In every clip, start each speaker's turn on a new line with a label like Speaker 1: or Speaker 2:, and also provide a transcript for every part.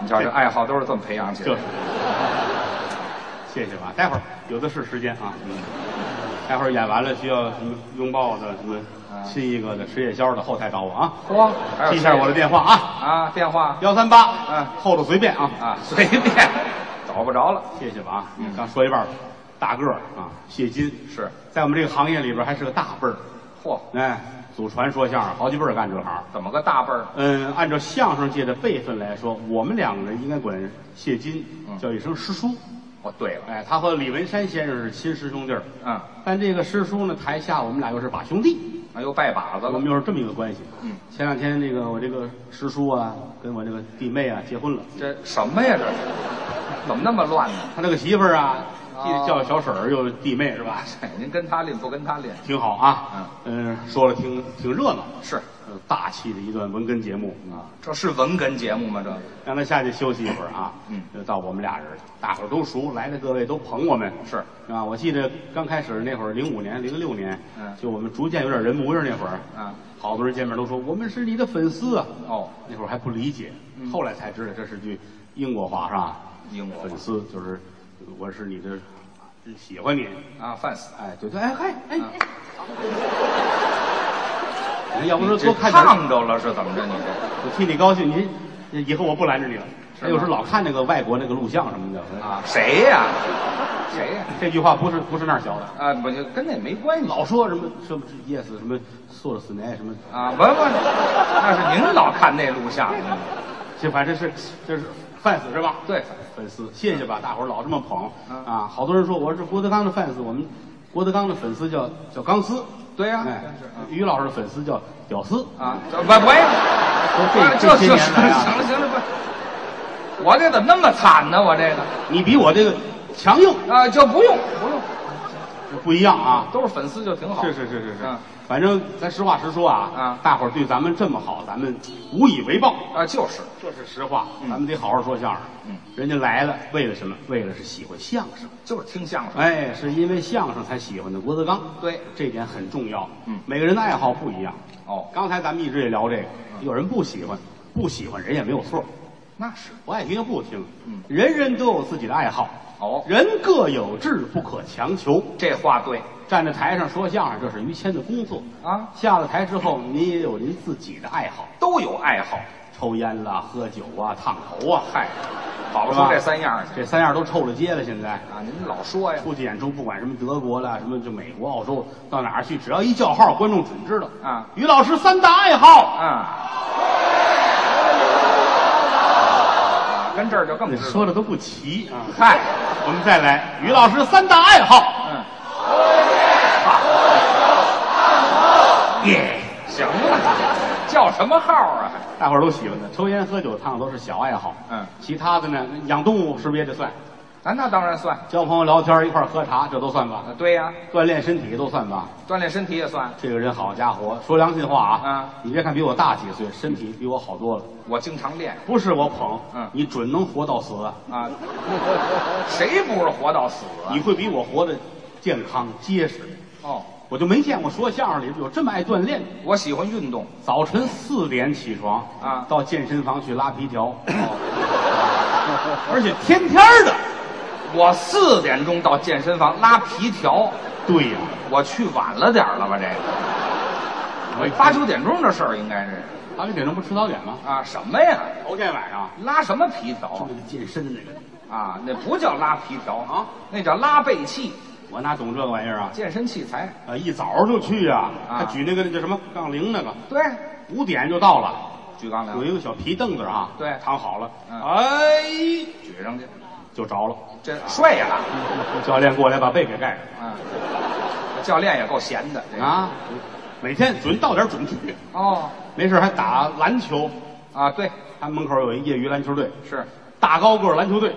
Speaker 1: 你瞧这爱好都是这么培养起来
Speaker 2: 这
Speaker 1: 的。，
Speaker 2: 谢谢吧。待会儿有的是时间啊。嗯，待会儿演完了需要什么拥抱的，什么亲一个的，吃夜宵的，后台找我啊。
Speaker 1: 嚯，啊还有
Speaker 2: 记一下我的电话啊，
Speaker 1: 啊，电话
Speaker 2: 幺三八。
Speaker 1: 嗯嗯
Speaker 2: 后头随便啊。
Speaker 1: 啊， 随便，找不着了。
Speaker 2: 谢谢吧啊。刚说一半儿，大个儿啊，谢金
Speaker 1: 是，
Speaker 2: 在我们这个行业里边还是个大辈儿。
Speaker 1: 嚯，
Speaker 2: 哎，祖传说相声好几辈儿干这行。
Speaker 1: 怎么个大辈儿？
Speaker 2: 嗯，按照相声界的辈分来说，我们两个人应该管谢金
Speaker 1: 嗯
Speaker 2: 叫一声师叔。
Speaker 1: 哦，对了，
Speaker 2: 哎，他和李文山先生是亲师兄弟儿。
Speaker 1: 嗯，
Speaker 2: 但这个师叔呢，台下我们俩又是把兄弟，
Speaker 1: 那又拜把子
Speaker 2: 我
Speaker 1: 了
Speaker 2: 们。又是这么一个关系。
Speaker 1: 嗯，
Speaker 2: 前两天那个我这个师叔啊，跟我这个弟妹啊结婚了，
Speaker 1: 这什么呀？这是怎么那么乱呢？
Speaker 2: 他那个媳妇儿啊，
Speaker 1: 哦
Speaker 2: 既叫小婶儿又是弟妹是吧？
Speaker 1: 哎，您跟他练不跟他练？
Speaker 2: 挺好啊。嗯，说了挺挺热闹，
Speaker 1: 是，
Speaker 2: 呃大气的一段文根节目啊。
Speaker 1: 这是文哏节目吗？这
Speaker 2: 让他下去休息一会儿啊。
Speaker 1: 嗯，
Speaker 2: 就到我们俩人了，大伙儿都熟，来的各位都捧我们。
Speaker 1: 是
Speaker 2: 啊，我记得刚开始那会儿，零五年、零六年，
Speaker 1: 嗯
Speaker 2: 就我们逐渐有点人模样那会儿，
Speaker 1: 啊，
Speaker 2: 好多人见面都说我们是你的粉丝啊。
Speaker 1: 哦，
Speaker 2: 那会儿还不理解，
Speaker 1: 嗯
Speaker 2: 后来才知道这是句英国话是吧？
Speaker 1: 英国
Speaker 2: 粉丝就是我是你的，喜欢你，
Speaker 1: 啊，fans，
Speaker 2: 哎，对对，哎嗨，哎
Speaker 1: 啊，
Speaker 2: 哎要不说多
Speaker 1: 这
Speaker 2: 看点儿
Speaker 1: 烫着了是怎么着？你这
Speaker 2: 我替你高兴，你以后我不拦着你了。哎
Speaker 1: 是吗
Speaker 2: 有时候老看那个外国那个录像什么的，
Speaker 1: 啊，谁呀？谁呀？
Speaker 2: 这句话不是不是那儿学的，
Speaker 1: 啊，不就跟那没关系
Speaker 2: 老说什么什么 yes 什么 so 死奶什么，
Speaker 1: 啊，不不，那是您老看那录像，
Speaker 2: 这反正是这是犯死是吧？
Speaker 1: 对，
Speaker 2: 粉丝，谢谢吧，大伙儿老这么捧
Speaker 1: 嗯
Speaker 2: 啊！好多人说我是郭德纲的粉丝，我们郭德纲的粉丝叫叫钢丝，
Speaker 1: 对呀
Speaker 2: 哎
Speaker 1: 真是啊，
Speaker 2: 于老师的粉丝叫屌丝，
Speaker 1: 啊，这不不喂，
Speaker 2: 说
Speaker 1: 啊
Speaker 2: 这
Speaker 1: 这
Speaker 2: 这
Speaker 1: 就
Speaker 2: 些
Speaker 1: 行
Speaker 2: 年
Speaker 1: 了
Speaker 2: 来
Speaker 1: 行
Speaker 2: 啊，
Speaker 1: 了行了，不，我这怎么那么惨呢？我这个
Speaker 2: 你比我这个强硬，
Speaker 1: 啊，就不用不用，
Speaker 2: 不一样啊！
Speaker 1: 都是粉丝就挺好。
Speaker 2: 是是是是是
Speaker 1: 嗯，
Speaker 2: 反正咱实话实说啊，
Speaker 1: 啊
Speaker 2: 大伙儿对咱们这么好，咱们无以为报，
Speaker 1: 啊，就是
Speaker 2: 这是实话，
Speaker 1: 嗯
Speaker 2: 咱们得好好说相声。
Speaker 1: 嗯，
Speaker 2: 人家来了，为了什么？为了是喜欢相声。
Speaker 1: 就是听相声，
Speaker 2: 哎，是因为相声才喜欢的郭德纲。
Speaker 1: 对
Speaker 2: 这点很重要。
Speaker 1: 嗯
Speaker 2: 每个人的爱好不一样。
Speaker 1: 哦，
Speaker 2: 刚才咱们一直也聊这个，有人不喜欢，不喜欢人也没有错，
Speaker 1: 那是
Speaker 2: 不爱听就不听。
Speaker 1: 嗯
Speaker 2: 人人都有自己的爱好，
Speaker 1: 哦，
Speaker 2: 人各有志，不可强求。
Speaker 1: 这话对
Speaker 2: 站在台上说相声，这是于谦的工作。
Speaker 1: 啊，
Speaker 2: 下了台之后，您也有您自己的爱好，
Speaker 1: 都有爱好，
Speaker 2: 抽烟啦、喝酒啊、烫头啊，嗨，
Speaker 1: 保不
Speaker 2: 是
Speaker 1: 出
Speaker 2: 吧
Speaker 1: 这三样去
Speaker 2: 这三样都臭了街了。现在
Speaker 1: 啊。您老说呀，
Speaker 2: 出去演出，不管什么德国啦，什么就美国、澳洲，到哪儿去，只要一叫号，观众准知道。
Speaker 1: 啊，
Speaker 2: 于老师三大爱好，
Speaker 1: 啊，啊跟这儿就更
Speaker 2: 你
Speaker 1: 知道
Speaker 2: 说的都不齐啊。
Speaker 1: 嗨，
Speaker 2: 我们再来，于老师三大爱好，
Speaker 1: 嗯，耶，行了，叫什么号啊？
Speaker 2: 大伙儿都喜欢的，抽烟、喝酒、烫头是小爱好。
Speaker 1: 嗯，
Speaker 2: 其他的呢，养动物是不是也得算？
Speaker 1: 啊，那当然算
Speaker 2: 交朋友、聊天，一块儿喝茶，这都算吧？
Speaker 1: 啊，对呀、
Speaker 2: 锻炼身体都算吧？
Speaker 1: 锻炼身体也算。
Speaker 2: 这个人好家伙，说良心话啊，
Speaker 1: 啊
Speaker 2: 你别看比我大几岁，身体比我好多了。
Speaker 1: 我经常练
Speaker 2: 不是我捧，
Speaker 1: 嗯
Speaker 2: 你准能活到死，
Speaker 1: 啊，谁不是活到死啊？
Speaker 2: 你会比我活得健康结实。
Speaker 1: 哦，
Speaker 2: 我就没见过说相声里边有这么爱锻炼的。
Speaker 1: 我喜欢运动，
Speaker 2: 早晨四点起床
Speaker 1: 啊哦
Speaker 2: 到健身房去拉皮条，而且天天儿的。
Speaker 1: 我四点钟到健身房拉皮条，
Speaker 2: 对呀、
Speaker 1: 我去晚了点儿了吧？这个
Speaker 2: 我
Speaker 1: 八九点钟的事儿应该是
Speaker 2: 八九点钟不吃早点吗？
Speaker 1: 啊，什么呀？
Speaker 2: 头天晚上
Speaker 1: 拉什么皮条
Speaker 2: 就那个健身的那个，
Speaker 1: 啊？那不叫拉皮条
Speaker 2: 啊，
Speaker 1: 那叫拉背器，
Speaker 2: 我哪懂这个玩意儿啊？
Speaker 1: 健身器材。
Speaker 2: 啊，一早就去呀、
Speaker 1: 啊
Speaker 2: 他举那个那叫什么杠铃那个，
Speaker 1: 对，
Speaker 2: 五点就到了，
Speaker 1: 举杠
Speaker 2: 有
Speaker 1: 铃
Speaker 2: 一个小皮凳子啊，
Speaker 1: 对
Speaker 2: 躺好了，
Speaker 1: 嗯
Speaker 2: 哎，
Speaker 1: 举上去，
Speaker 2: 就着了。
Speaker 1: 这帅呀、
Speaker 2: 教练过来把背给盖上
Speaker 1: 啊！教练也够闲的这个
Speaker 2: 啊，每天准到点儿准去，
Speaker 1: 哦
Speaker 2: 没事还打篮球。
Speaker 1: 啊，对，
Speaker 2: 他们门口有一业余篮球队，
Speaker 1: 是，
Speaker 2: 大高个儿篮球队，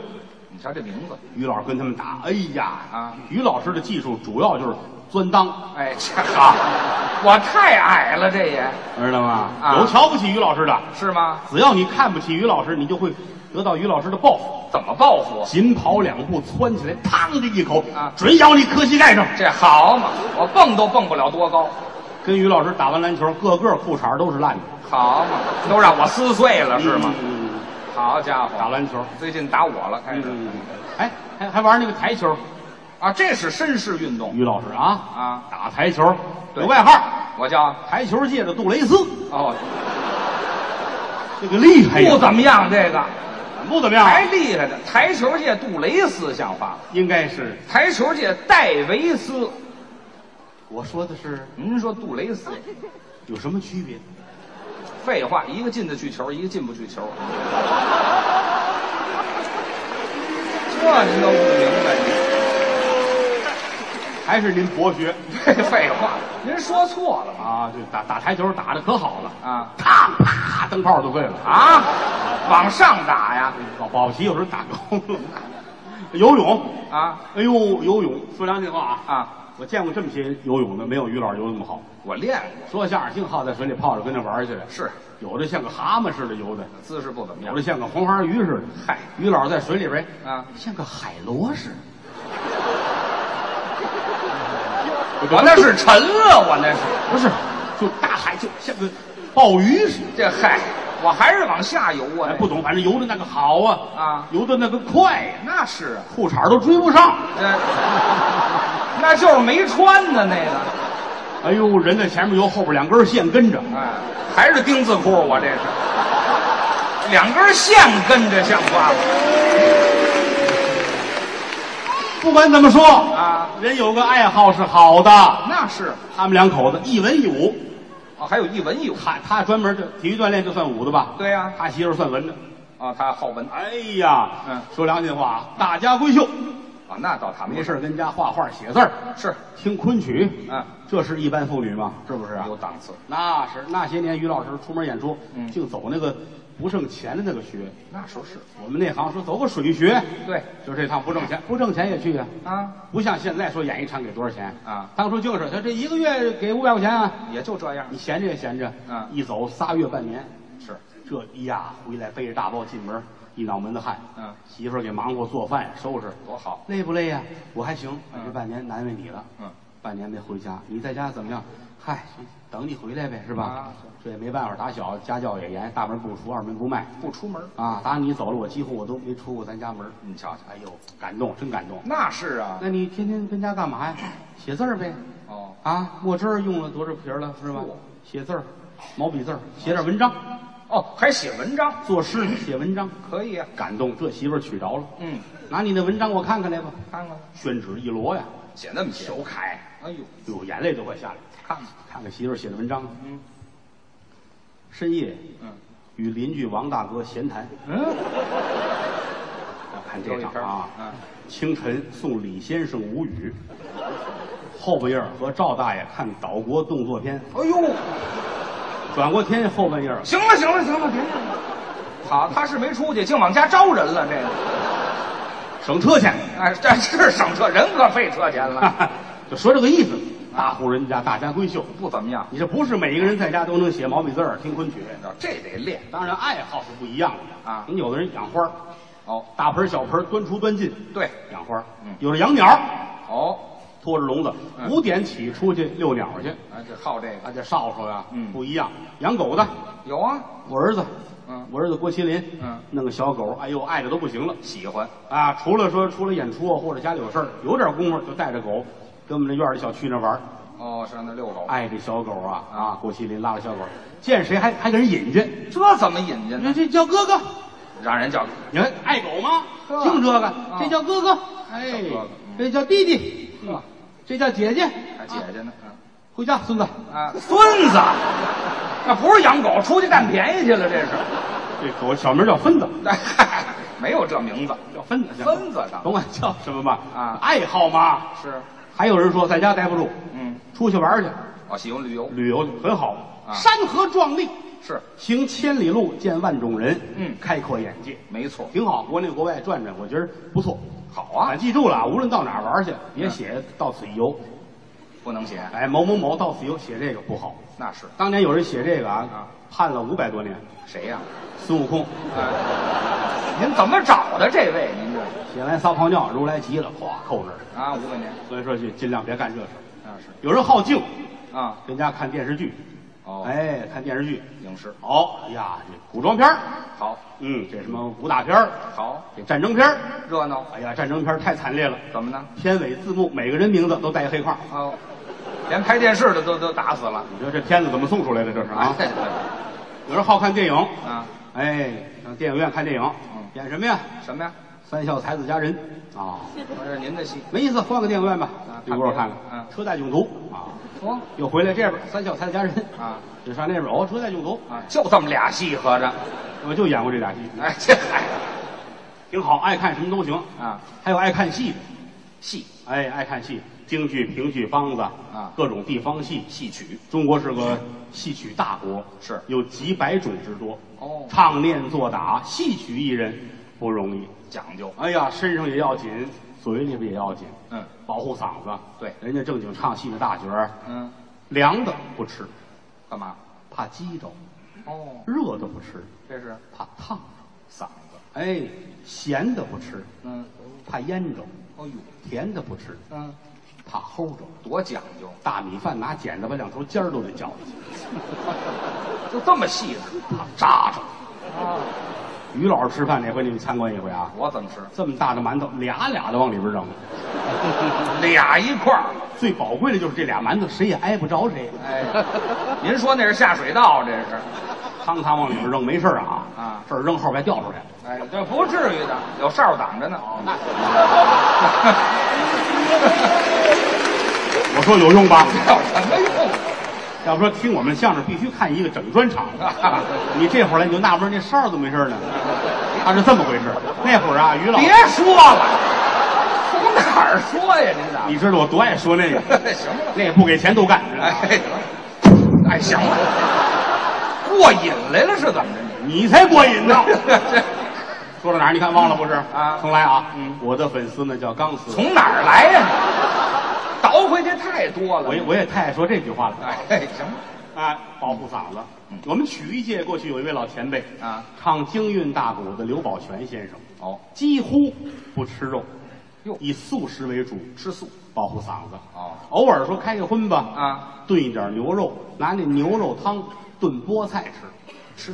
Speaker 1: 你瞧这名字，
Speaker 2: 于老师跟他们打。哎呀，
Speaker 1: 啊，
Speaker 2: 于老师的技术主要就是钻裆，
Speaker 1: 哎，这好，我太矮了，这也
Speaker 2: 知道吗？
Speaker 1: 啊
Speaker 2: 有瞧不起于老师的，
Speaker 1: 是吗？
Speaker 2: 只要你看不起于老师，你就会得到于老师的报复。
Speaker 1: 怎么报复？
Speaker 2: 紧跑两步，窜起来，嘡的一口，
Speaker 1: 啊
Speaker 2: 准咬你磕膝盖上。
Speaker 1: 这好嘛，我蹦都蹦不了多高，
Speaker 2: 跟于老师打完篮球，个个裤衩都是烂
Speaker 1: 啊
Speaker 2: 的，
Speaker 1: 好嘛，都让我撕碎了是吗？
Speaker 2: 嗯
Speaker 1: 好家伙，
Speaker 2: 打篮球。
Speaker 1: 最近打我了，开始、
Speaker 2: 嗯，哎，还还玩那个台球，
Speaker 1: 啊，这是绅士运动
Speaker 2: 于老师啊，
Speaker 1: 啊，
Speaker 2: 打台球
Speaker 1: 对
Speaker 2: 有外号，
Speaker 1: 我叫
Speaker 2: 台球界的杜蕾斯，
Speaker 1: 哦，
Speaker 2: 这个厉害呀，
Speaker 1: 不怎么样，这
Speaker 2: 哎
Speaker 1: 个
Speaker 2: 不怎么样啊，
Speaker 1: 还厉害的，台球界杜蕾斯像话吗？
Speaker 2: 应该是
Speaker 1: 台球界戴维斯，
Speaker 2: 我说的是
Speaker 1: 您说杜蕾斯，
Speaker 2: 有什么区别？
Speaker 1: 废话，一个进得去球，一个进不去 球，这您都不明白， 您
Speaker 2: 还是您博学
Speaker 1: 这废话，您说错了吧？
Speaker 2: 啊？这打打台球打的可好了，
Speaker 1: 啊
Speaker 2: 啪啪灯泡就碎了，
Speaker 1: 啊，往上打呀，
Speaker 2: 保保不齐有时候打高了。游泳，
Speaker 1: 啊
Speaker 2: 哎呦，游泳，说良心话啊，
Speaker 1: 啊，
Speaker 2: 我见过这么些游泳的，没有于老师游那么好。
Speaker 1: 我练过，
Speaker 2: 说相声净好在水里泡着跟那玩儿去了，
Speaker 1: 是
Speaker 2: 有的像个蛤蟆似的游的，
Speaker 1: 姿势不怎么样
Speaker 2: 有的，像个红花鱼似的。
Speaker 1: 嗨，
Speaker 2: 于老师在水里边
Speaker 1: 啊
Speaker 2: 像个海螺似的。
Speaker 1: 我那是沉了，我那是。
Speaker 2: 不是，就大海就像个鲍鱼似的。
Speaker 1: 这嗨，我还是往下游啊！
Speaker 2: 哎，不懂，反正游的那个好啊，
Speaker 1: 啊，
Speaker 2: 游的那个快呀、
Speaker 1: 那是啊，
Speaker 2: 裤衩都追不上。
Speaker 1: 这 那就是没穿的那个，
Speaker 2: 哎呦，人在前面游，后边两根线跟着，
Speaker 1: 哎，还是丁字裤，我这是两根线跟着，像话吗？
Speaker 2: 不管怎么说
Speaker 1: 啊，
Speaker 2: 人有个爱好是好的。
Speaker 1: 那是
Speaker 2: 他们两口子一文一武，
Speaker 1: 哦，还有一文一武，
Speaker 2: 他他专门这体育锻炼就算武的吧？
Speaker 1: 对啊呀
Speaker 2: 他媳妇儿算文的。
Speaker 1: 哦，他好文啊，
Speaker 2: 哎呀，
Speaker 1: 嗯
Speaker 2: 说良心话啊，大家闺秀，
Speaker 1: 哦那倒谈不
Speaker 2: 没
Speaker 1: 上
Speaker 2: 事儿跟家画画、写字儿、
Speaker 1: 是，
Speaker 2: 听昆曲，
Speaker 1: 嗯，
Speaker 2: 这是一般妇女吗？是不是啊
Speaker 1: 有？档次，
Speaker 2: 那是那些年于老师出门演出，
Speaker 1: 嗯
Speaker 2: 净走那个不挣钱的那个学。
Speaker 1: 那时候是
Speaker 2: 我们内行说走个水学，
Speaker 1: 对
Speaker 2: 就这趟不挣钱，不挣钱也去啊。
Speaker 1: 啊，
Speaker 2: 不像现在说演一场给多少钱
Speaker 1: 啊
Speaker 2: 当初就是他这一个月给五百块钱啊，
Speaker 1: 也就这样
Speaker 2: 你，闲着也闲着，
Speaker 1: 嗯
Speaker 2: 一走仨月半年，
Speaker 1: 是
Speaker 2: 这一呀回来背着大包进门，一脑门子汗，
Speaker 1: 嗯
Speaker 2: 媳妇儿给忙活做饭收拾，
Speaker 1: 多好，
Speaker 2: 累不累呀、我还行，
Speaker 1: 嗯
Speaker 2: 这半年难为你了，
Speaker 1: 嗯，
Speaker 2: 半年没回家，你在家怎么样？嗨，等你回来呗，是吧？
Speaker 1: 啊
Speaker 2: 这也没办法，打小家教也严，大门不出，二门不迈
Speaker 1: 不出门，
Speaker 2: 啊。打你走了，我几乎我都没出过咱家门。
Speaker 1: 你瞧瞧，
Speaker 2: 哎呦，感动，真感动。哎
Speaker 1: 那是啊，
Speaker 2: 那你天天跟家干嘛呀？写字儿呗。
Speaker 1: 哦，
Speaker 2: 啊，墨汁儿用了多少瓶儿了，是吧
Speaker 1: 嚯？
Speaker 2: 写字儿，毛笔字儿，写点文章，
Speaker 1: 哦，还写文章，
Speaker 2: 作诗，写文章，
Speaker 1: 可以啊，
Speaker 2: 感动。这媳妇儿娶着了，
Speaker 1: 嗯，
Speaker 2: 拿你的文章我看看来吧。
Speaker 1: 看看，
Speaker 2: 宣纸一摞呀，
Speaker 1: 写那么些
Speaker 2: 小，楷，
Speaker 1: 哎呦，
Speaker 2: 哎呦，眼泪都快下来了。
Speaker 1: 看看，
Speaker 2: 看看媳妇儿写的文章。
Speaker 1: 嗯
Speaker 2: 深夜
Speaker 1: 嗯。
Speaker 2: 与邻居王大哥闲谈，
Speaker 1: 嗯，
Speaker 2: 我看
Speaker 1: 这
Speaker 2: 这
Speaker 1: 一
Speaker 2: 张
Speaker 1: 篇
Speaker 2: 啊，
Speaker 1: 嗯，
Speaker 2: 清晨送李先生吴语，后半夜儿和赵大爷看岛国动作片，
Speaker 1: 哎呦，
Speaker 2: 转过天后半夜儿
Speaker 1: 行了行了行了，别弄了。好，他是没出去，净往家招人了。这个，
Speaker 2: 省车去，
Speaker 1: 哎，这是省车，人可费车钱了，
Speaker 2: 就说这个意思。大户人家，大家闺秀，
Speaker 1: 不怎么样。
Speaker 2: 你这不是每一个人在家都能写毛笔字儿、听昆曲。
Speaker 1: 这得练
Speaker 2: 当然，爱好是不一样的
Speaker 1: 啊
Speaker 2: 你有的人养花儿，
Speaker 1: 哦，
Speaker 2: 大盆儿小盆儿端出端进
Speaker 1: 对，
Speaker 2: 养花儿
Speaker 1: 嗯；
Speaker 2: 有的养鸟，
Speaker 1: 哦，
Speaker 2: 拖着笼子，
Speaker 1: 嗯
Speaker 2: 五点起出去遛鸟去，
Speaker 1: 啊，这好这个
Speaker 2: 他这少少呀
Speaker 1: 嗯，
Speaker 2: 不一样。养狗的，
Speaker 1: 有啊，
Speaker 2: 我儿子，
Speaker 1: 嗯
Speaker 2: 我儿子郭麒麟，
Speaker 1: 嗯
Speaker 2: 弄个小狗，哎呦，爱的都不行了
Speaker 1: 喜欢
Speaker 2: 啊！除了说除了演出啊，或者家里有事儿，有点功夫就带着狗，跟我们这院儿里小区那玩儿。
Speaker 1: 哦，上那遛狗，
Speaker 2: 爱这小狗啊
Speaker 1: 啊
Speaker 2: 啊！郭麒麟拉着小狗，见谁还还给人引去，
Speaker 1: 这怎么引进
Speaker 2: 这
Speaker 1: 呢？
Speaker 2: 这叫哥哥，
Speaker 1: 让人叫
Speaker 2: 你看爱狗吗？
Speaker 1: 呵
Speaker 2: 净这个，这
Speaker 1: 嗯
Speaker 2: 叫哥哥，哎
Speaker 1: 叫哥哥，
Speaker 2: 这叫弟弟，
Speaker 1: 呵
Speaker 2: 这叫姐姐，
Speaker 1: 嗯还姐
Speaker 2: 啊
Speaker 1: 姐呢，
Speaker 2: 回家，孙子，
Speaker 1: 嗯啊，孙子，那不是养狗，出去占便宜去了，这是。
Speaker 2: 这狗小名叫芬子，
Speaker 1: 哎，没有这名字，
Speaker 2: 叫芬子，
Speaker 1: 分子上
Speaker 2: 甭管叫什么吧，
Speaker 1: 啊
Speaker 2: 爱好嘛。
Speaker 1: 是，
Speaker 2: 还有人说在家待不住，
Speaker 1: 嗯，
Speaker 2: 出去玩儿去，
Speaker 1: 哦，喜欢旅游
Speaker 2: 旅游去很好。
Speaker 1: 啊
Speaker 2: 山河壮丽，
Speaker 1: 是
Speaker 2: 行千里路，见万种人，
Speaker 1: 嗯
Speaker 2: 开阔眼界，
Speaker 1: 没错，
Speaker 2: 挺好。国内国外转转，我觉得不错。
Speaker 1: 好
Speaker 2: 啊，
Speaker 1: 啊，
Speaker 2: 记住了啊，无论到哪儿玩儿去，别写到此一游。
Speaker 1: 不能写，
Speaker 2: 哎，某某某到此一游，写这个不好。
Speaker 1: 那是
Speaker 2: 当年有人写这个啊
Speaker 1: 啊，
Speaker 2: 判了五百多年。
Speaker 1: 谁呀、
Speaker 2: 孙悟空
Speaker 1: 哎 您怎么找的这位？您这是
Speaker 2: 写完撒泡尿，如来急了，咵扣那儿。
Speaker 1: 啊，五百年啊
Speaker 2: 所以说，就尽量别干这事儿。
Speaker 1: 那是
Speaker 2: 有人好静，
Speaker 1: 啊，
Speaker 2: 跟家看电视剧，
Speaker 1: 哦
Speaker 2: 哎，看电视剧，
Speaker 1: 影视
Speaker 2: 好哎呀，这古装片儿
Speaker 1: 好，
Speaker 2: 嗯，这什么武打片儿
Speaker 1: 好
Speaker 2: 这战争片儿
Speaker 1: 热闹，
Speaker 2: 哎呀，战争片儿太惨烈了，
Speaker 1: 怎么呢？
Speaker 2: 片尾字幕每个人名字都带一黑框，
Speaker 1: 哦，连拍电视的都都打死了
Speaker 2: 你说这片子怎么送出来的？这是啊，
Speaker 1: 哎 对
Speaker 2: 有人好看电影，
Speaker 1: 啊，
Speaker 2: 哎，上电影院看电影，
Speaker 1: 嗯
Speaker 2: 演什么呀？
Speaker 1: 什么呀？
Speaker 2: 三笑才子佳人啊，
Speaker 1: 这是您的戏
Speaker 2: 没意思，换个电影院吧
Speaker 1: 啊。
Speaker 2: 一会儿我看
Speaker 1: 嗯
Speaker 2: 看，车贷囧途啊，
Speaker 1: 哦
Speaker 2: 又回来这边三笑才子佳人
Speaker 1: 啊，
Speaker 2: 就上那边哦，车贷囧途，
Speaker 1: 啊，就这么俩戏合着，
Speaker 2: 我就演过这俩戏，
Speaker 1: 哎，这还
Speaker 2: 挺好，爱看什么都行，
Speaker 1: 啊
Speaker 2: 还有爱看戏的，
Speaker 1: 戏
Speaker 2: 哎，爱看戏，京剧、评剧、梆子
Speaker 1: 啊
Speaker 2: 各种地方戏。
Speaker 1: 戏曲
Speaker 2: 中国是个戏曲大国，
Speaker 1: 是
Speaker 2: 有几百种之多，
Speaker 1: 哦，
Speaker 2: 唱念做打，戏曲艺人不容易。
Speaker 1: 讲究，
Speaker 2: 哎呀，身上也要紧，嘴里边也要紧，
Speaker 1: 嗯
Speaker 2: 保护嗓子。
Speaker 1: 对
Speaker 2: 人家正经唱戏的大角儿，
Speaker 1: 嗯，
Speaker 2: 凉的不吃，
Speaker 1: 干嘛？
Speaker 2: 怕激着；
Speaker 1: 哦，
Speaker 2: 热的不吃，
Speaker 1: 这是
Speaker 2: 怕烫
Speaker 1: 嗓子，
Speaker 2: 着；哎，咸的不吃，
Speaker 1: 嗯，
Speaker 2: 怕腌着；
Speaker 1: 哦呦，
Speaker 2: 甜的不吃，
Speaker 1: 嗯，
Speaker 2: 怕齁着。
Speaker 1: 多讲究，
Speaker 2: 大米饭拿剪子把两头尖儿都得绞下去，
Speaker 1: 就这么细致
Speaker 2: 怕扎着。
Speaker 1: 啊！
Speaker 2: 于老师吃饭那回你们参观一回啊，
Speaker 1: 我怎么吃？
Speaker 2: 这么大的馒头俩俩的往里边扔，
Speaker 1: 俩一块儿，
Speaker 2: 最宝贵的就是这俩馒头谁也挨不着谁，
Speaker 1: 哎，您说那是下水道，这是？
Speaker 2: 汤汤往里边扔没事儿啊，
Speaker 1: 啊
Speaker 2: 这儿扔后边掉出来。
Speaker 1: 哎，这不至于的，有哨挡着呢。
Speaker 2: 那我说有用吧？
Speaker 1: 有什么用？
Speaker 2: 要不说听我们相声必须看一个整专场。 你这会儿来你就纳闷儿，那哨儿怎么回事呢？他是这么回事儿。那会儿啊，于老
Speaker 1: 别
Speaker 2: 师，
Speaker 1: 说了，从哪儿说呀？您咋？ 哎
Speaker 2: 你知道我多爱说那个，
Speaker 1: 行了，
Speaker 2: 那也不给钱都干。
Speaker 1: 哎，哎，行了，过瘾来了是怎么着？你
Speaker 2: 你才过 瘾呢！
Speaker 1: 这
Speaker 2: 说到哪儿？你看忘了不是？
Speaker 1: 啊
Speaker 2: 重来啊！
Speaker 1: 嗯
Speaker 2: 我的粉丝呢叫钢丝，
Speaker 1: 从哪儿来呀、你倒回去太多了。
Speaker 2: 我也我也太爱说这句话了。
Speaker 1: 哎，行了
Speaker 2: 啊，保护嗓子
Speaker 1: 嗯。
Speaker 2: 我们曲艺界过去有一位老前辈，
Speaker 1: 啊，
Speaker 2: 唱京韵大鼓的刘宝全先生，
Speaker 1: 哦，
Speaker 2: 几乎不吃肉
Speaker 1: 哟，
Speaker 2: 以素食为主，
Speaker 1: 吃素
Speaker 2: 保护嗓子。
Speaker 1: 哦
Speaker 2: 偶尔说开个荤吧，
Speaker 1: 啊，
Speaker 2: 炖一点牛肉，拿那牛肉汤炖菠菜吃，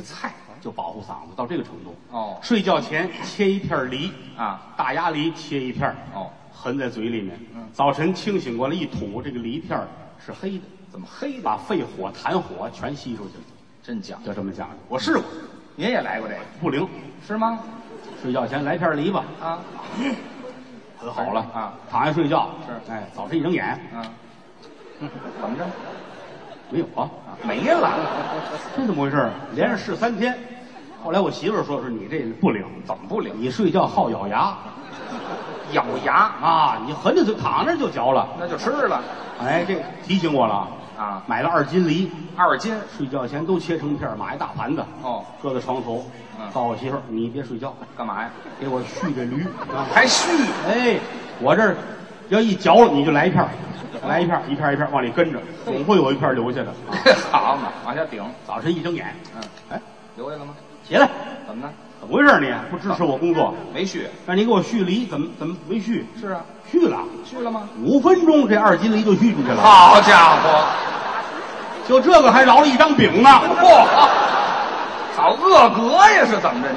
Speaker 1: 吃菜
Speaker 2: 就保护嗓子到这个程度。
Speaker 1: 哦
Speaker 2: 睡觉前切一片梨，
Speaker 1: 啊
Speaker 2: 大鸭梨切一片，
Speaker 1: 哦，
Speaker 2: 含在嘴里面
Speaker 1: 嗯。
Speaker 2: 早晨清醒过来一吐，这个梨片儿是黑的，
Speaker 1: 怎么黑的？
Speaker 2: 把肺火、痰火全吸出去了。
Speaker 1: 真讲究，
Speaker 2: 就这么讲的。我试过，
Speaker 1: 您也来过这个
Speaker 2: 不灵。
Speaker 1: 是吗？
Speaker 2: 睡觉前来片梨吧，
Speaker 1: 啊，
Speaker 2: 很好了
Speaker 1: 啊。
Speaker 2: 躺下睡觉
Speaker 1: 是
Speaker 2: 哎，早晨一睁眼
Speaker 1: 啊，怎么着？
Speaker 2: 没有啊，
Speaker 1: 没了？
Speaker 2: 这怎么回事啊？连着试三天，后来我媳妇儿说是你这不灵，
Speaker 1: 怎么不灵？
Speaker 2: 你睡觉好咬牙
Speaker 1: 咬牙，
Speaker 2: 啊，你横着就躺着就嚼了。
Speaker 1: 那就吃了
Speaker 2: 哎，这提醒我了啊
Speaker 1: 啊
Speaker 2: 买了二斤梨，
Speaker 1: 二斤。
Speaker 2: 睡觉前都切成片儿，买一大盘子，
Speaker 1: 哦，
Speaker 2: 搁在床头
Speaker 1: 嗯，
Speaker 2: 告诉我媳妇儿你别睡觉，
Speaker 1: 干嘛呀？
Speaker 2: 给我续着驴啊。
Speaker 1: 还续？
Speaker 2: 哎，我这儿要一嚼了，你就来一片儿，来一片儿，一片儿一片儿往里跟着，总会有一片儿留下的。
Speaker 1: 好嘛，往下顶。
Speaker 2: 早晨一睁眼，
Speaker 1: 嗯，
Speaker 2: 哎，
Speaker 1: 留下了吗？
Speaker 2: 起来，
Speaker 1: 怎么呢？
Speaker 2: 怎么回事？你不支持我工作？
Speaker 1: 没续。
Speaker 2: 让你给我续梨，怎么怎么没续？
Speaker 1: 是啊，
Speaker 2: 续了，
Speaker 1: 续了吗？
Speaker 2: 五分钟这二斤梨就续进去了，
Speaker 1: 好家伙，
Speaker 2: 就这个还饶了一张饼呢，
Speaker 1: 嚯，好恶格呀，是怎么着？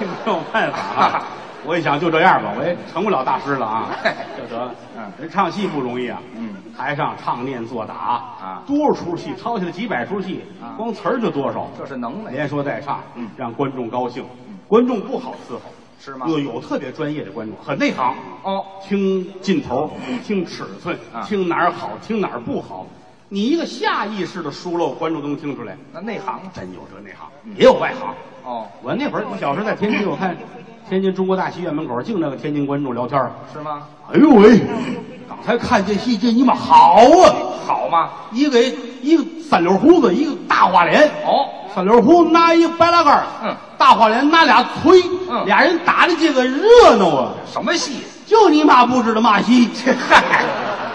Speaker 1: 您
Speaker 2: 没有办法啊。我一想就这样吧，我也成不了大师了啊， 就得了。
Speaker 1: 哎嗯
Speaker 2: 人唱戏不容易啊，
Speaker 1: 嗯，
Speaker 2: 台上唱念做打
Speaker 1: 啊
Speaker 2: 多少出戏，抄起来几百出戏
Speaker 1: 啊，
Speaker 2: 光词儿就多少。
Speaker 1: 这这是能耐
Speaker 2: 连说带唱，
Speaker 1: 嗯
Speaker 2: 让观众高兴。观众不好伺候，
Speaker 1: 是吗？
Speaker 2: 又有特别专业的观众，很内行，
Speaker 1: 哦，
Speaker 2: 听劲头，听尺寸
Speaker 1: 嗯啊，
Speaker 2: 听哪儿好，听哪儿不好。你一个下意识的疏漏，观众都能听出来。
Speaker 1: 那内行呢
Speaker 2: 真有这内行，
Speaker 1: 嗯
Speaker 2: 也有外行。
Speaker 1: 哦，
Speaker 2: 我那会儿小时候在天津，我看天津中国大戏院门口净那个天津观众聊天儿
Speaker 1: 是吗？
Speaker 2: 哎呦喂，刚才看这戏，这尼玛好啊！
Speaker 1: 好嘛，
Speaker 2: 一个一个三绺胡子，一个大花脸，
Speaker 1: 哦，
Speaker 2: 三绺胡拿一白拉杆儿
Speaker 1: 嗯，
Speaker 2: 大花脸拿俩锤，
Speaker 1: 嗯
Speaker 2: 俩人打的这个热闹啊！
Speaker 1: 什么戏？
Speaker 2: 就你妈不知道嘛戏，
Speaker 1: 嗨，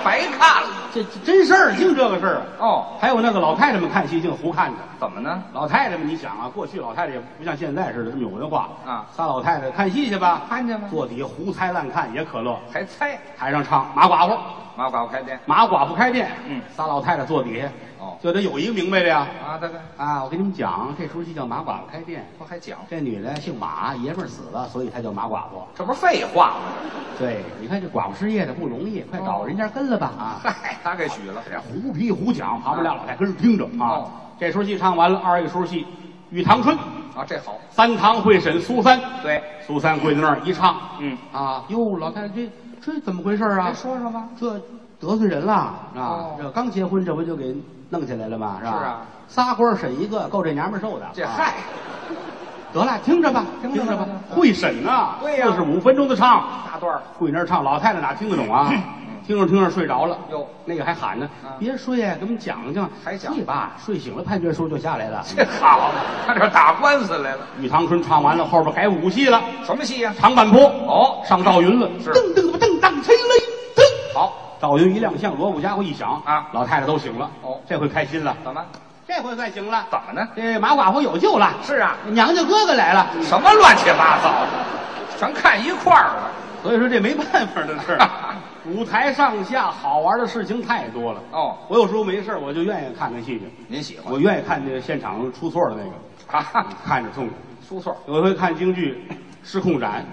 Speaker 1: 白看了。
Speaker 2: 这这真事儿，净这个事儿啊。
Speaker 1: 哦，
Speaker 2: 还有那个老太太们看戏净胡看的，
Speaker 1: 怎么呢？
Speaker 2: 老太太们，你想啊，过去老太太也不像现在似的这么有文化
Speaker 1: 啊
Speaker 2: 仨老太太看戏去吧，
Speaker 1: 看见吗
Speaker 2: 坐底下胡猜乱看也可乐，
Speaker 1: 还猜
Speaker 2: 台上唱马寡妇，
Speaker 1: 马寡妇开店
Speaker 2: 马寡妇开店，
Speaker 1: 嗯
Speaker 2: 仨老太太坐底下，
Speaker 1: 哦
Speaker 2: 就得有一个明白的呀。
Speaker 1: 啊，大哥，
Speaker 2: 啊，我跟你们讲，这出戏叫马寡妇开店，
Speaker 1: 我还讲，
Speaker 2: 这女的姓马，爷们儿死了，所以她叫马寡妇。
Speaker 1: 这不是废话吗？
Speaker 2: 对，你看这寡妇失业的不容易，快找人家跟了吧啊！
Speaker 1: 哦嗨，他给许了，
Speaker 2: 这胡皮胡讲，旁边俩老太跟着听着啊。
Speaker 1: 哦
Speaker 2: 这出戏唱完了，二一出戏《玉堂春》，
Speaker 1: 啊，这好，
Speaker 2: 三堂会审苏三，
Speaker 1: 对，
Speaker 2: 苏三跪在那儿一唱，
Speaker 1: 嗯
Speaker 2: 啊，哟，老太太这这怎么回事啊
Speaker 1: 您？说说吧，
Speaker 2: 这得罪人了啊！
Speaker 1: 哦
Speaker 2: 这刚结婚，这不就给弄起来了吗？是吧？
Speaker 1: 是啊
Speaker 2: 仨官审一个，够这娘们儿受的。
Speaker 1: 这
Speaker 2: 啊
Speaker 1: 嗨，
Speaker 2: 得了，听着吧，
Speaker 1: 听着吧
Speaker 2: 着吧
Speaker 1: 听着吧，
Speaker 2: 会审呐，
Speaker 1: 对呀
Speaker 2: 四十五分钟的唱，
Speaker 1: 大段儿
Speaker 2: 跪那儿唱，老太太哪听得懂啊？听着听着睡着了，
Speaker 1: 嗯哟，
Speaker 2: 那个还喊呢
Speaker 1: 啊，
Speaker 2: 别睡，给我们讲讲，
Speaker 1: 还讲
Speaker 2: 睡吧，睡醒了判决书就下来了。
Speaker 1: 这好，他这打官司来了，
Speaker 2: 玉堂春唱完了，后边改武戏了，
Speaker 1: 什么戏呀？
Speaker 2: 长坂坡
Speaker 1: 哦
Speaker 2: 上赵云了，
Speaker 1: 是
Speaker 2: 噔噔吧噔当吹雷噔，
Speaker 1: 好，
Speaker 2: 赵云一亮相，锣鼓家伙一响
Speaker 1: 啊
Speaker 2: 老太太都醒了，
Speaker 1: 哦
Speaker 2: 这回开心了，
Speaker 1: 怎么
Speaker 2: 这回算行了，
Speaker 1: 怎么呢？
Speaker 2: 这马寡妇有救了，
Speaker 1: 是啊，
Speaker 2: 娘家哥哥来了，
Speaker 1: 什么乱七八糟的，全看一块儿了。
Speaker 2: 所以说这没办法的事 儿，舞台上下好玩的事情太多了。
Speaker 1: 哦，
Speaker 2: 我有时候没事儿我就愿意看看戏去，
Speaker 1: 您喜欢
Speaker 2: 我愿意看那个现场出错的那个，
Speaker 1: 啊？
Speaker 2: 看着痛快。
Speaker 1: 出错，
Speaker 2: 有一回看京剧《失控斩》，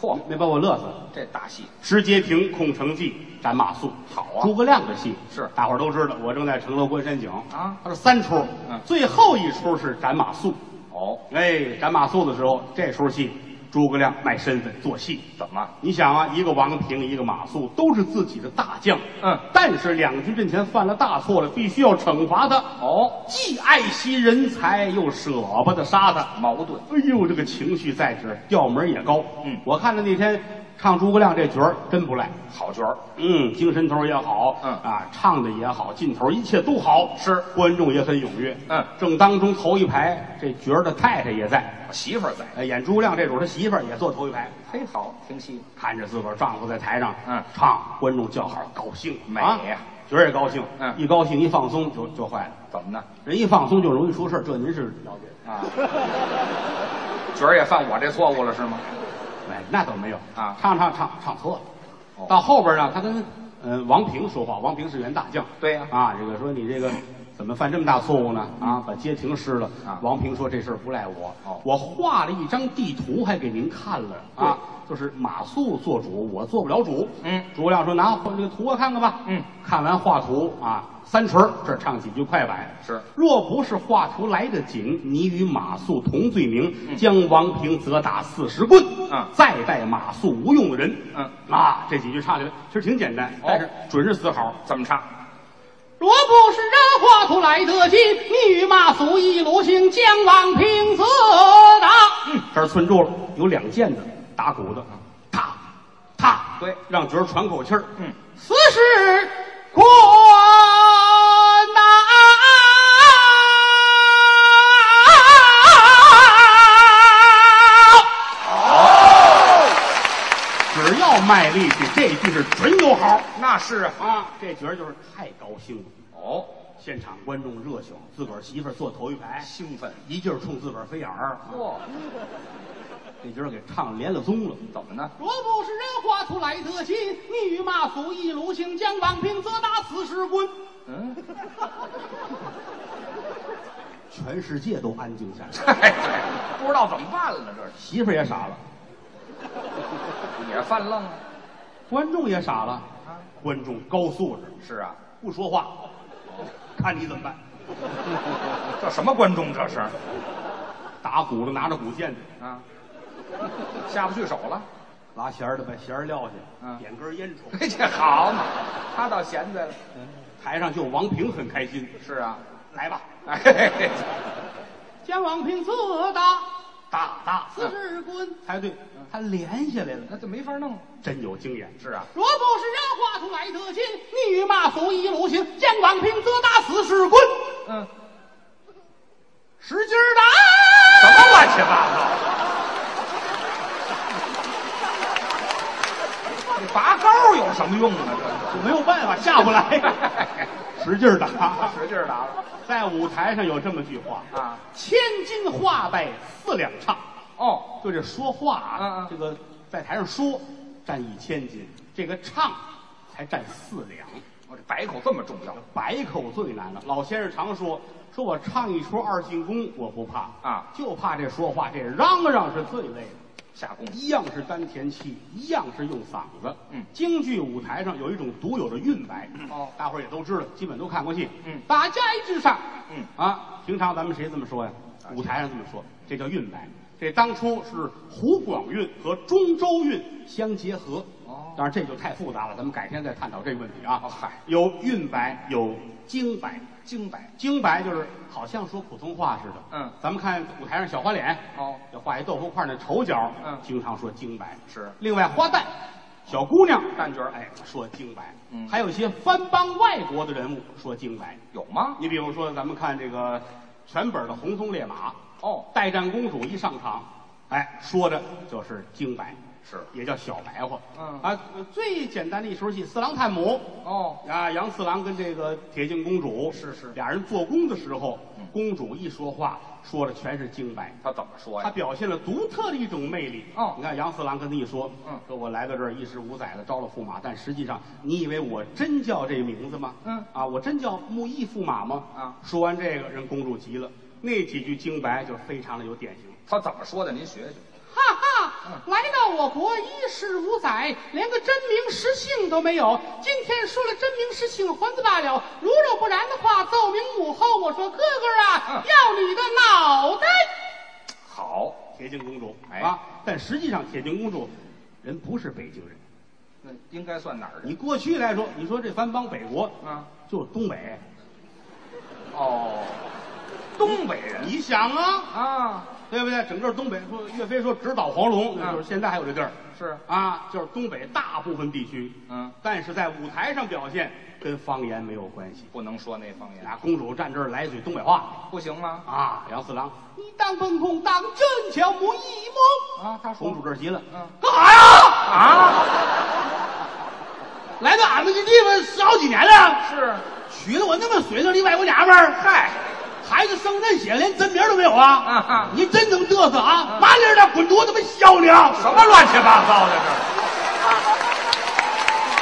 Speaker 1: 嚯，
Speaker 2: 那把我乐死了。
Speaker 1: 这大戏
Speaker 2: 石阶亭、空城计、斩马谡，
Speaker 1: 好啊
Speaker 2: 诸葛亮的戏
Speaker 1: 是
Speaker 2: 大伙儿都知道。我正在城楼观山景
Speaker 1: 啊
Speaker 2: 他说三出，
Speaker 1: 嗯
Speaker 2: 最后一出是斩马谡。
Speaker 1: 哦，
Speaker 2: 哎，斩马谡的时候，这出戏诸葛亮卖身份做戏，
Speaker 1: 怎么？
Speaker 2: 你想啊，一个王平，一个马谡，都是自己的大将。
Speaker 1: 嗯
Speaker 2: 但是两军阵前犯了大错了，必须要惩罚他。
Speaker 1: 哦，
Speaker 2: 既爱惜人才，又舍不得杀他。
Speaker 1: 矛盾
Speaker 2: 哎呦，这个情绪在这儿，调门儿也高。
Speaker 1: 嗯
Speaker 2: 我看他那天唱诸葛亮这角儿真不赖。
Speaker 1: 好角儿，
Speaker 2: 嗯，精神头儿也好，
Speaker 1: 嗯
Speaker 2: 啊，唱的也好，劲头儿一切都好，
Speaker 1: 是
Speaker 2: 观众也很踊跃。
Speaker 1: 嗯
Speaker 2: 正当中头一排这角儿的太太也在，
Speaker 1: 我媳妇儿在，
Speaker 2: 呃演诸葛亮这主儿他媳妇儿也坐头一排。
Speaker 1: 嘿，好听戏，
Speaker 2: 看着自个儿丈夫在台上，
Speaker 1: 嗯
Speaker 2: 唱，观众叫好，高兴，
Speaker 1: 美
Speaker 2: 啊
Speaker 1: 呀
Speaker 2: 角儿也高兴，
Speaker 1: 嗯
Speaker 2: 一高兴一放松就就坏了，
Speaker 1: 怎么呢？
Speaker 2: 人一放松就容易出事儿这您是了解
Speaker 1: 啊， 角儿也犯我这错误了是吗？
Speaker 2: 的，哎，那倒没有
Speaker 1: 啊
Speaker 2: 唱唱唱唱错了，
Speaker 1: 哦
Speaker 2: 到后边呢，他跟呃王平说话，王平是员大将，
Speaker 1: 对呀
Speaker 2: 啊，这个说你这个怎么犯这么大错误呢？啊，把街亭失了，
Speaker 1: 啊
Speaker 2: 王平说这事儿不赖我，
Speaker 1: 哦
Speaker 2: 我画了一张地图还给您看了啊，就是马谡做主，我做不了主，
Speaker 1: 嗯
Speaker 2: 诸葛亮说拿这个图我看看吧，
Speaker 1: 嗯，
Speaker 2: 看完画图啊，三锤儿这儿唱几句快板
Speaker 1: 是
Speaker 2: 若不是画图来得紧，你与马谡同罪名，将王平责打四十棍。
Speaker 1: 嗯
Speaker 2: 再带马谡无用的人。
Speaker 1: 嗯，
Speaker 2: 啊，这几句唱起来其实挺简单，
Speaker 1: 哦
Speaker 2: 但是准是死好。
Speaker 1: 怎么唱？
Speaker 2: 若不是人画图来得紧，你与马谡一路行，将王平责打。嗯，这儿寸住了，有两剑的打鼓的，啊踏踏，
Speaker 1: 对
Speaker 2: 让角儿喘口气儿。
Speaker 1: 嗯，
Speaker 2: 此事关呐。哦只要卖力气，这句是准有好
Speaker 1: 那是啊，
Speaker 2: 啊！这角儿就是太高兴了，
Speaker 1: 哦，
Speaker 2: 现场观众热情，自个儿媳妇儿坐头一排，
Speaker 1: 兴奋，哦
Speaker 2: 一劲儿冲自个儿飞眼儿，
Speaker 1: 嚯，
Speaker 2: 这角儿给唱连了宗了。
Speaker 1: 怎么呢？
Speaker 2: 若不是人画出来得心，你与马谡一路行，将王平责打死十棍。
Speaker 1: 嗯，
Speaker 2: 全世界都安静下来，
Speaker 1: 嗨，对不知道怎么办了，这
Speaker 2: 媳妇儿也傻了，
Speaker 1: 是也犯愣啊了
Speaker 2: 观众也傻了，
Speaker 1: 啊？
Speaker 2: 观众高素质，
Speaker 1: 是啊，
Speaker 2: 不说话，看你怎么 办。
Speaker 1: 这什么观众这是？
Speaker 2: 打鼓的拿着鼓剑的，
Speaker 1: 啊，下不去手了。
Speaker 2: 拉弦儿的把弦儿撂下，
Speaker 1: 嗯
Speaker 2: 点根烟抽。
Speaker 1: 嘿，这好嘛，他倒闲在了。
Speaker 2: 台上就王平很开心，
Speaker 1: 是 啊，
Speaker 2: 来吧，
Speaker 1: 哎，嘿嘿
Speaker 2: 将王平责打打打
Speaker 1: 四
Speaker 2: 十棍，才啊哎对，他连下来了，
Speaker 1: 那就没法弄。
Speaker 2: 真有经验。
Speaker 1: 是啊，
Speaker 2: 若不是人画出来得亲，你与马谡一路行，将王平责打死十棍，
Speaker 1: 嗯，
Speaker 2: 使劲儿打。
Speaker 1: 什么乱七八糟？拔高有什么用啊？
Speaker 2: 就没有办法下不 来，使劲儿
Speaker 1: 这
Speaker 2: 打
Speaker 1: 是。使劲儿打了
Speaker 2: 在舞台上有这么句话
Speaker 1: 啊！
Speaker 2: 千金话外四两唱，
Speaker 1: 哦，
Speaker 2: 就这说话
Speaker 1: 嗯
Speaker 2: 啊
Speaker 1: 嗯，
Speaker 2: 这个在台上说占一千斤，这个唱才占四两，
Speaker 1: 我这白口这么重要
Speaker 2: 百口最难了。老先生常说，说我唱一出二进宫我不怕
Speaker 1: 啊
Speaker 2: 就怕这说话这嚷嚷是最累的。
Speaker 1: 下功夫
Speaker 2: 一样是丹田气，一样是用嗓子。
Speaker 1: 嗯
Speaker 2: 京剧舞台上有一种独有的韵白。
Speaker 1: 哦
Speaker 2: 大伙儿也都知道，基本都看过戏。
Speaker 1: 嗯
Speaker 2: 大家一致上。
Speaker 1: 嗯
Speaker 2: 啊，平常咱们谁这么说呀
Speaker 1: 啊？
Speaker 2: 舞台上这么说，这叫韵白。这当初是湖广韵和中州韵相结合。
Speaker 1: 哦
Speaker 2: 当然这就太复杂了，咱们改天再探讨这个问题啊。
Speaker 1: 哦嗨
Speaker 2: 有韵白，有京白。
Speaker 1: 精白
Speaker 2: 京白就是好像说普通话似的。
Speaker 1: 嗯
Speaker 2: 咱们看舞台上小花脸，
Speaker 1: 哦
Speaker 2: 要画一豆腐块儿那丑角，
Speaker 1: 嗯
Speaker 2: 经常说京白。
Speaker 1: 是
Speaker 2: 另外花旦，小姑娘
Speaker 1: 旦角儿
Speaker 2: 哎，说京白。
Speaker 1: 嗯
Speaker 2: 还有一些翻帮外国的人物说京白。
Speaker 1: 有吗？
Speaker 2: 你比如说，咱们看这个全本的《红鬃烈马》，
Speaker 1: 哦，
Speaker 2: 代战公主一上场，哎，说的就是京白，
Speaker 1: 是
Speaker 2: 也叫小白话。
Speaker 1: 嗯
Speaker 2: 啊，最简单的一出戏《四郎探母》。
Speaker 1: 哦，
Speaker 2: 啊，杨四郎跟这个铁镜公主
Speaker 1: 是是
Speaker 2: 俩人做工的时候
Speaker 1: 嗯，
Speaker 2: 公主一说话，说的全是京白，
Speaker 1: 他怎么说
Speaker 2: 她
Speaker 1: 呀？
Speaker 2: 表现了独特的一种魅力。
Speaker 1: 哦
Speaker 2: 你看杨四郎跟她一说，
Speaker 1: 嗯
Speaker 2: 说我来到这儿一十五载了，招了驸马，但实际上你以为我真叫这名字吗？
Speaker 1: 嗯
Speaker 2: 啊，我真叫木易驸马吗？
Speaker 1: 啊
Speaker 2: 说完这个人，公主急了，那几句京白就非常的有典型。
Speaker 1: 他怎么说的？您学学。
Speaker 3: 哈哈，来到我国一十五载，连个真名实姓都没有。今天说了真名实姓还则罢了，如若不然的话，奏明母后。我说哥哥
Speaker 1: 嗯
Speaker 3: 啊，要你的脑袋！
Speaker 1: 好，
Speaker 2: 铁镜公主，
Speaker 1: 哎
Speaker 2: 啊，但实际上铁镜公主人不是北京人。
Speaker 1: 那应该算哪儿的？
Speaker 2: 你过去来说，你说这番帮北国，
Speaker 1: 啊，
Speaker 2: 就是东北。
Speaker 1: 哦，东北人
Speaker 2: 你想啊，
Speaker 1: 啊，
Speaker 2: 对不对？整个东北说岳飞说直捣黄龙，
Speaker 1: 嗯
Speaker 2: 就是现在还有这地儿
Speaker 1: 是，
Speaker 2: 啊，就是东北大部分地区，
Speaker 1: 嗯，
Speaker 2: 但是在舞台上表现跟方言没有关系。
Speaker 1: 不能说那方言，
Speaker 2: 俩公主站这儿来一句东北话
Speaker 1: 不行吗？
Speaker 2: 啊，杨四郎，
Speaker 3: 你当本宫当真乔母一梦，
Speaker 1: 啊，他说
Speaker 2: 公主这儿急了，
Speaker 1: 嗯
Speaker 2: 干啥呀？
Speaker 1: 啊，
Speaker 2: 来到俺们这地方十好几年了，
Speaker 1: 是，
Speaker 2: 娶了我那么水灵的外国娘们儿，嗨，孩子生阵血连真名都没有啊！
Speaker 1: 啊哈
Speaker 2: 你真能嘚瑟啊！麻利儿的滚犊子，他妈削你啊！
Speaker 1: 什么乱七八糟的这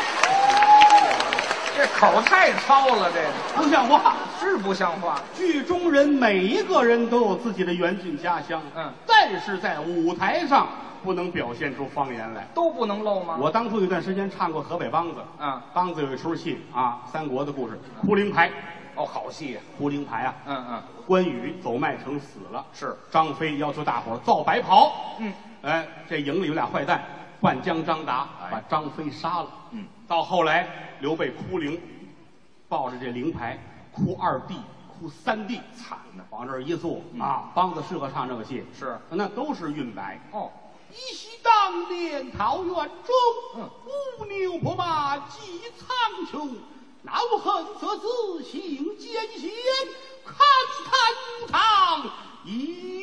Speaker 1: 是？这口儿太糙了，这个
Speaker 2: 不像话！
Speaker 1: 是不像话。
Speaker 2: 剧中人每一个人都有自己的远近家乡，
Speaker 1: 嗯，
Speaker 2: 但是在舞台上不能表现出方言来。
Speaker 1: 都不能露吗？
Speaker 2: 我当初有段时间唱过河北梆子，
Speaker 1: 嗯，
Speaker 2: 梆子有一出戏啊，三国的故事，呼灵牌，
Speaker 1: 哦，好戏，
Speaker 2: 呼灵牌啊，
Speaker 1: 嗯嗯，
Speaker 2: 关羽走麦城死了，
Speaker 1: 是
Speaker 2: 张飞要求大伙儿造白袍，
Speaker 1: 嗯，
Speaker 2: 哎，这营里有俩坏蛋，灌江张达
Speaker 1: 哎
Speaker 2: 把张飞杀了，
Speaker 1: 嗯，
Speaker 2: 到后来刘备哭灵，抱着这灵牌哭二弟，哭三弟，
Speaker 1: 惨呐，嗯
Speaker 2: 往这儿一坐、啊，梆子适合唱这个戏，
Speaker 1: 是
Speaker 2: 那都是韵白，
Speaker 1: 哦，
Speaker 3: 依稀当年桃园中
Speaker 1: 嗯，
Speaker 3: 乌牛破马击苍穹，恼恨则自行艰险，堪叹堂一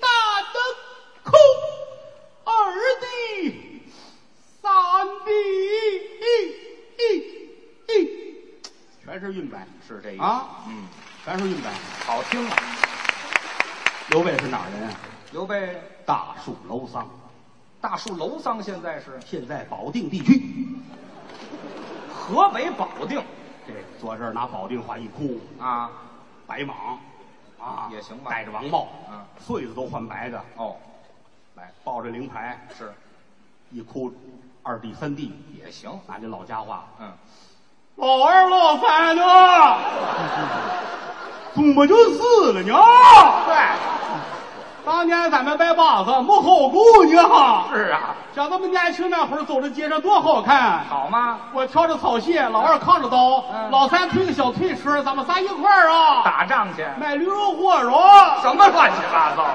Speaker 3: 旦的空，二弟，三弟。
Speaker 2: 全是韵白，
Speaker 1: 是这意思
Speaker 2: 啊
Speaker 1: 嗯，
Speaker 2: 全是韵白。
Speaker 1: 好听啊。
Speaker 2: 刘备是哪儿人啊？
Speaker 1: 刘备
Speaker 2: 大树楼桑，
Speaker 1: 大树楼桑现在是
Speaker 2: 现在保定地区。
Speaker 1: 河北保定
Speaker 2: 这坐这儿拿保定话一哭，
Speaker 1: 啊，
Speaker 2: 白蟒啊，
Speaker 1: 也行吧
Speaker 2: 戴着王帽，
Speaker 1: 嗯
Speaker 2: 穗子都换白的，
Speaker 1: 哦，
Speaker 2: 来抱着灵牌
Speaker 1: 是
Speaker 2: 一哭，二弟三弟，
Speaker 1: 也行，
Speaker 2: 拿这老家话，
Speaker 1: 嗯，
Speaker 2: 老二老三呢， 怎么就死了呢？
Speaker 1: 对，
Speaker 2: 当年咱们拜把子没好过呢，
Speaker 1: 是啊，
Speaker 2: 像咱们年轻那会儿走在街上多好看。
Speaker 1: 好吗？
Speaker 2: 我挑着草鞋，老二扛着刀，
Speaker 1: 嗯
Speaker 2: 老三推个小推车，咱们仨一块儿啊，
Speaker 1: 打仗去，
Speaker 2: 卖驴肉火烧，
Speaker 1: 什么乱七八糟的，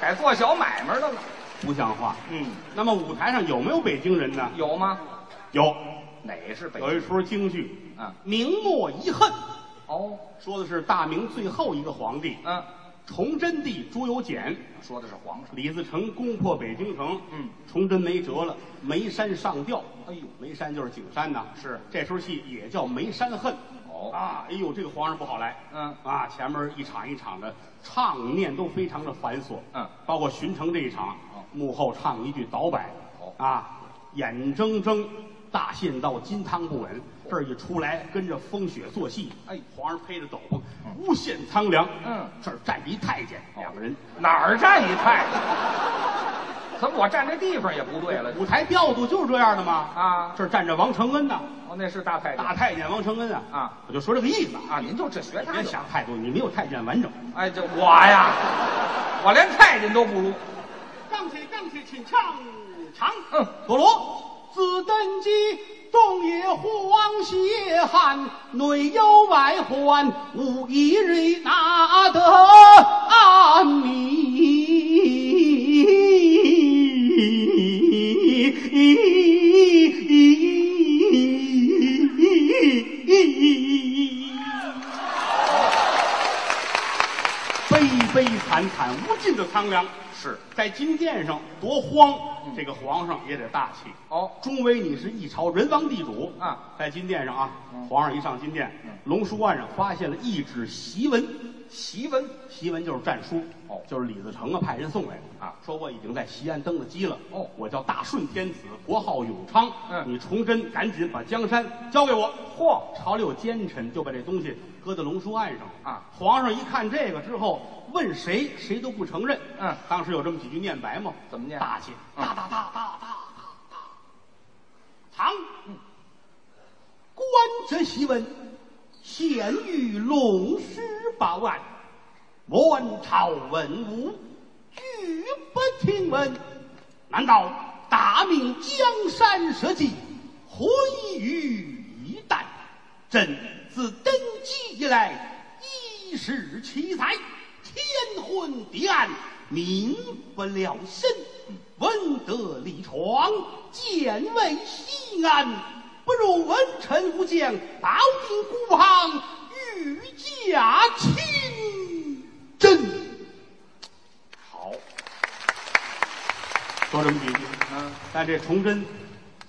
Speaker 1: 改做小买卖的了。
Speaker 2: 不像话。
Speaker 1: 嗯，
Speaker 2: 那么舞台上有没有北京人呢？
Speaker 1: 有吗？
Speaker 2: 有，
Speaker 1: 哪是北？
Speaker 2: 有一出京剧
Speaker 1: 嗯
Speaker 2: 《明末遗恨》，
Speaker 1: 哦，
Speaker 2: 说的是大明最后一个皇帝
Speaker 1: 嗯，
Speaker 2: 崇祯帝朱由检，
Speaker 1: 说的是皇上。
Speaker 2: 李自成攻破北京城，
Speaker 1: 嗯，
Speaker 2: 崇祯没辙了，眉山上吊。
Speaker 1: 哎呦
Speaker 2: 眉山就是景山呐，
Speaker 1: 是
Speaker 2: 这出戏也叫《眉山恨》。
Speaker 1: 哦
Speaker 2: 啊，哎呦，这个皇上不好来，
Speaker 1: 嗯
Speaker 2: 啊，前面一场一场的唱念都非常的繁琐，
Speaker 1: 嗯
Speaker 2: 包括巡城这一场
Speaker 1: 哦，
Speaker 2: 幕后唱一句倒摆，
Speaker 1: 哦
Speaker 2: 啊，眼睁睁大限到，金汤不稳，这儿一出来跟着风雪作戏，
Speaker 1: 哦哎
Speaker 2: 皇上披着斗篷，无限苍凉，
Speaker 1: 嗯
Speaker 2: 这儿站着一太监，
Speaker 1: 哦
Speaker 2: 两个人，
Speaker 1: 哪儿站一太监？怎么我站这地方也不对了？
Speaker 2: 舞台调度就是这样的嘛，
Speaker 1: 啊
Speaker 2: 这儿站着王承恩呐，
Speaker 1: 哦，那是大太监
Speaker 2: 大太监王承恩啊，
Speaker 1: 啊，
Speaker 2: 我就说这个意思啊，
Speaker 1: 啊！您就这学他
Speaker 2: 别
Speaker 1: 就
Speaker 2: 想太多，你没有太监完整。
Speaker 1: 哎，这我呀，我连太监都不如。
Speaker 3: 让起让起，请唱唱。
Speaker 1: 嗯，
Speaker 2: 陀螺。
Speaker 3: 自登基，东野荒邪汉，内忧外患，无一日拿得安民。
Speaker 2: 悲悲惨惨，无尽的苍凉。
Speaker 1: 是嗯
Speaker 2: 在金殿上多荒，这个皇上也得大气。
Speaker 1: 哦，
Speaker 2: 终为你是一朝人王地主
Speaker 1: 啊！
Speaker 2: 在金殿上啊
Speaker 1: 嗯，
Speaker 2: 皇上一上金殿，龙书案上发现了一纸檄文，
Speaker 1: 檄文
Speaker 2: 檄文就是战书，
Speaker 1: 哦
Speaker 2: 就是李自成啊派人送来的
Speaker 1: 啊
Speaker 2: 说我已经在西安登了基了，
Speaker 1: 哦
Speaker 2: 我叫大顺天子，国号永昌，
Speaker 1: 嗯
Speaker 2: 你崇祯赶紧把江山交给我，
Speaker 1: 嚯
Speaker 2: 朝里有奸臣，就把这东西搁在龙书案上
Speaker 1: 啊。
Speaker 2: 皇上一看这个之后，问谁谁都不承认。
Speaker 1: 嗯
Speaker 2: 当时有这么几句念白嘛？
Speaker 1: 怎么念
Speaker 2: 大气，
Speaker 1: 嗯
Speaker 2: 大大大大大大大，长。观这檄文，显于龙师报案，文朝文武拒不听闻，难道大明江山社稷毁于一旦？朕自登基以来，一世奇才，天昏地暗，民不聊生，文德力闯，见为西安。不如文臣武将，保定孤行，御驾亲征。
Speaker 1: 好，
Speaker 2: 说这么几句，
Speaker 1: 嗯，
Speaker 2: 但这崇祯，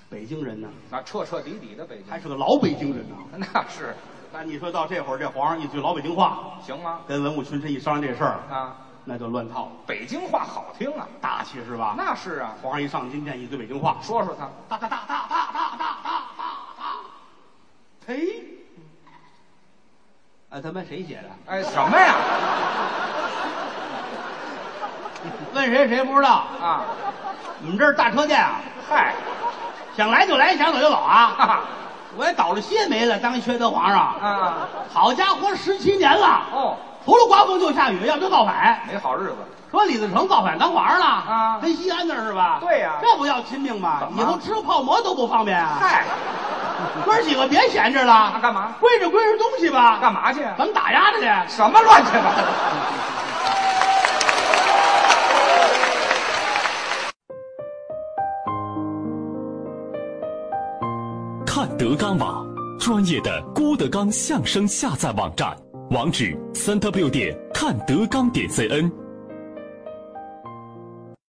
Speaker 2: 北京人呢，
Speaker 1: 那彻彻底底的北
Speaker 2: 还
Speaker 1: 京，
Speaker 2: 是个老北京人呢。
Speaker 1: 那是
Speaker 2: 那你说到这会儿，这皇上一句老北京话，
Speaker 1: 行吗？
Speaker 2: 跟文武群臣一商量这事儿，
Speaker 1: 啊，
Speaker 2: 那就乱套了，
Speaker 1: 北京话好听啊，
Speaker 2: 大气是吧？
Speaker 1: 那是啊，
Speaker 2: 皇上一上金殿，一嘴北京话，
Speaker 1: 说说他，
Speaker 2: 大大大大大大大大大大，嘿，啊，他妈谁写的？
Speaker 1: 哎，什么呀？
Speaker 2: 问谁谁不知道？
Speaker 1: 啊，
Speaker 2: 你们这是大车店啊？
Speaker 1: 嗨，
Speaker 2: 想来就来，想走就走
Speaker 1: 哈
Speaker 2: 啊！
Speaker 1: 哈，
Speaker 2: 我也倒了些霉了，当一缺德皇上
Speaker 1: 啊！
Speaker 2: 好家伙，十七年了，
Speaker 1: 哦，
Speaker 2: 除了刮风就下雨，要不就造反。
Speaker 1: 没好日子，
Speaker 2: 说李自成造反当皇上了
Speaker 1: 啊
Speaker 2: 跟西安那儿是吧？
Speaker 1: 对呀
Speaker 2: 这不要亲命吗
Speaker 1: 怎？么
Speaker 2: 以后吃泡馍都不方便啊！
Speaker 1: 嗨，
Speaker 2: 哥儿几个别闲着
Speaker 1: 那
Speaker 2: 了，
Speaker 1: 干嘛？
Speaker 2: 归置归置东西吧。
Speaker 1: 干嘛去啊？
Speaker 2: 咱们打压他去。
Speaker 1: 什么乱七八糟？
Speaker 4: 看德纲网，专业的郭德纲相声下载网站，网址三 w 点看德纲点 cn，